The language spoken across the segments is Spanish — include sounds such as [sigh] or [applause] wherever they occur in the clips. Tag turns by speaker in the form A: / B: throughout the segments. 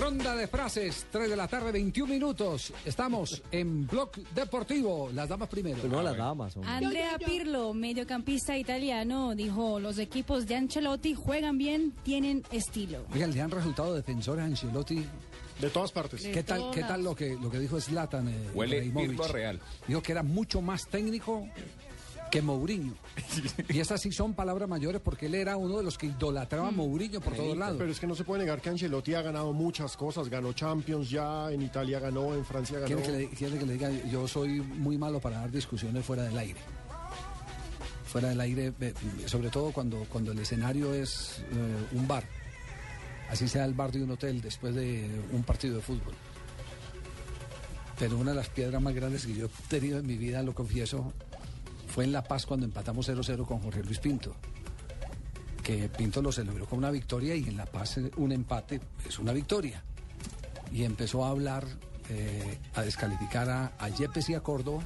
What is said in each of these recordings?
A: Ronda de frases, 3 de la tarde, 21 minutos. Estamos en Blog Deportivo. Las damas primero.
B: Primero Pues las damas. hombre.
C: Andrea Pirlo, mediocampista italiano, dijo, los equipos de Ancelotti juegan bien, tienen estilo.
A: Oigan, le han resultado defensores a Ancelotti.
D: De todas partes.
A: ¿Qué tal,
C: todas.
A: qué tal lo que lo que dijo Zlatan eh,
E: Huele
A: Ibrahimovic?
E: Pirlo a Real.
A: Dijo que era mucho más técnico que Mourinho. Y esas sí son palabras mayores porque él era uno de los que idolatraba a Mourinho por todos lados.
D: Pero es que no se puede negar que Ancelotti ha ganado muchas cosas. Ganó Champions ya, en Italia ganó, en Francia ganó.
A: ¿Quiere que, le, quiere que le diga? Yo soy muy malo para dar discusiones fuera del aire. Fuera del aire, eh, sobre todo cuando, cuando el escenario es eh, un bar. Así sea el bar de un hotel después de un partido de fútbol. Pero una de las piedras más grandes que yo he tenido en mi vida, lo confieso, fue en La Paz cuando empatamos 0-0 con Jorge Luis Pinto. Que Pinto lo celebró con una victoria y en La Paz eh, un empate es una victoria y empezó a hablar, eh, a descalificar a, a Yepes y a Córdoba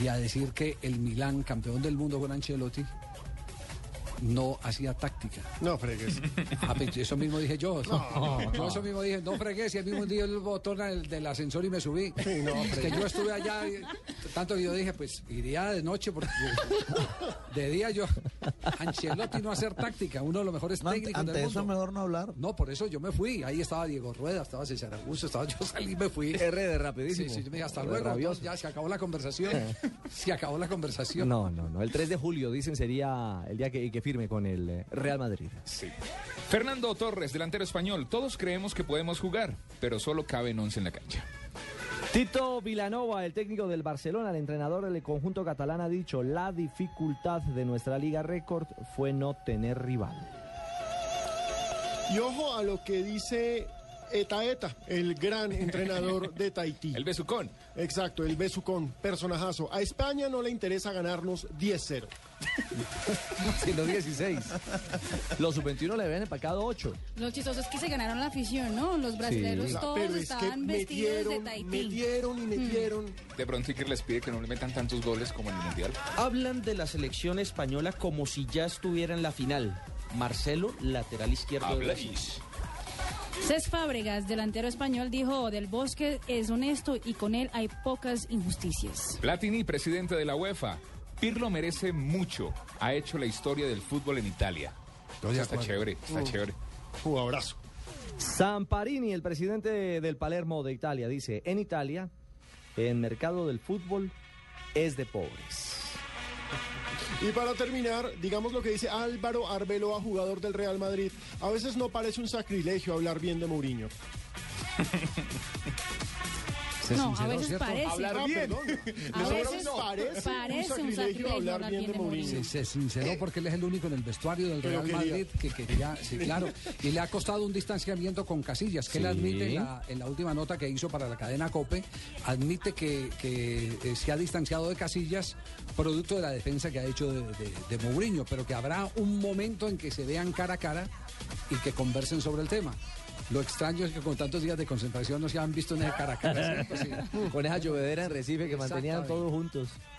A: y a decir que el Milán, campeón del mundo con Ancelotti, no hacía táctica.
D: No,
A: [laughs]
D: fregues.
A: Ah, pues, eso mismo dije yo. [laughs] Yo eso mismo dije, no fregué, si el mismo día el botón del, del ascensor y me subí. es que yo estuve allá, y- tanto que yo dije, pues iría de noche porque de día yo, Ancelotti no hacer táctica, uno de los mejores
B: No, ante
A: técnicos
B: ante
A: del
B: eso
A: mundo.
B: mejor no hablar.
A: No, por eso yo me fui. Ahí estaba Diego Rueda, estaba César Augusto, estaba yo salí y me fui.
B: R de
A: Sí,
B: rapidísimo.
A: sí, yo me dije, hasta
B: R de
A: luego.
B: rabioso.
A: Ya se acabó la
B: [laughs]
A: conversación. se acabó la conversación.
B: No, no, no. El 3 de julio, dicen, sería el día que, que firme con el eh, Real Madrid.
E: Sí. Fernando Torres, delantero español. Todos creemos que podemos jugar, pero solo caben 11 en la cancha.
B: Tito Vilanova, el técnico del Barcelona, el entrenador del conjunto catalán, ha dicho, la dificultad de nuestra liga récord fue no tener
F: [laughs]
B: rival.
D: Y ojo a lo que dice Eta Eta, el gran entrenador de Tahití.
E: [laughs] El besucón.
D: Exacto, el Besucón, personajazo. A España no le interesa ganarnos 10-0.
B: Sino 16. Los sub-21 le habían empacado 8.
C: Lo chistoso es que se ganaron la afición, ¿no? Los brasileños
B: Sí.
C: Pues todos
D: Pero es que
C: estaban vestidos
D: metieron,
C: de Tahití. Hmm.
D: metieron y metieron.
E: De pronto Iker les pide que no le metan tantos goles como en el Mundial.
F: Hablan de la selección española como si ya estuviera en la final. Marcelo, lateral izquierdo de
E: Habla
F: Brasil.
E: Is.
C: Cés Fábregas, delantero español, dijo, Del Bosque es honesto y con él hay pocas injusticias.
E: Platini, presidente de la UEFA. Pirlo merece mucho. Ha hecho la historia del fútbol en Italia.
D: Estoy de
E: está
D: acuerdo.
E: chévere, está
D: Mm.
E: chévere.
D: Jugadorazo.
B: Samparini, el presidente del Palermo de Italia, dice, en Italia, el mercado del fútbol es de pobres.
D: Y para terminar, digamos lo que dice Álvaro Arbeloa, jugador del Real Madrid. A veces no parece un sacrilegio hablar bien de Mourinho.
A: Se
C: No, a
A: sinceró,
C: veces
A: ¿cierto?
C: parece.
D: Ah, perdón.
C: [laughs] A
D: Nosotros
C: veces
D: parece,
C: parece un sacrilegio hablar bien de Mourinho.
A: Se, se sinceró porque él es el único en el vestuario del
D: Que lo
A: Real
D: quería.
A: Madrid que quería, sí, claro, y le ha costado un distanciamiento con Casillas, que él
B: Sí.
A: admite en la, en la última nota que hizo para la cadena COPE, admite que, que, eh, se ha distanciado de Casillas producto de la defensa que ha hecho de, de- de Mourinho, pero que habrá un momento en que se vean cara a cara y que conversen sobre el tema. Lo extraño es que con tantos días de concentración no se han visto en ese cara a cara. ¿cierto? Sí.
B: [laughs] Con esa llovedera en Recife que mantenían
A: Exactamente.
B: todos juntos.